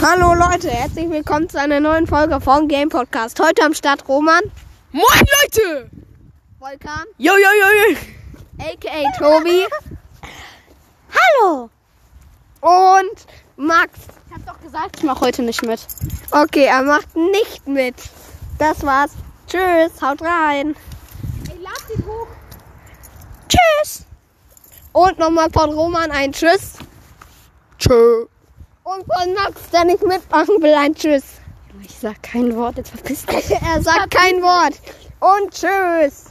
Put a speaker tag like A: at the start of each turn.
A: Hallo Leute, herzlich willkommen zu einer neuen Folge vom Game Podcast. Heute am Start Roman,
B: Moin Leute!
A: Volkan,
B: Yo, yo, yo, yo!
A: aka Tobi. Hallo! Und Max. Ich hab doch gesagt, ich mach heute nicht mit. Okay, er macht nicht mit. Das war's. Tschüss, haut rein. Ich lad den hoch. Tschüss! Und nochmal von Roman ein Tschüss.
B: Tschö.
A: Und von Max, der nicht mitmachen will, ein Tschüss.
B: Ich sag kein Wort, jetzt verpiss
A: er sagt kein Wort. Und tschüss.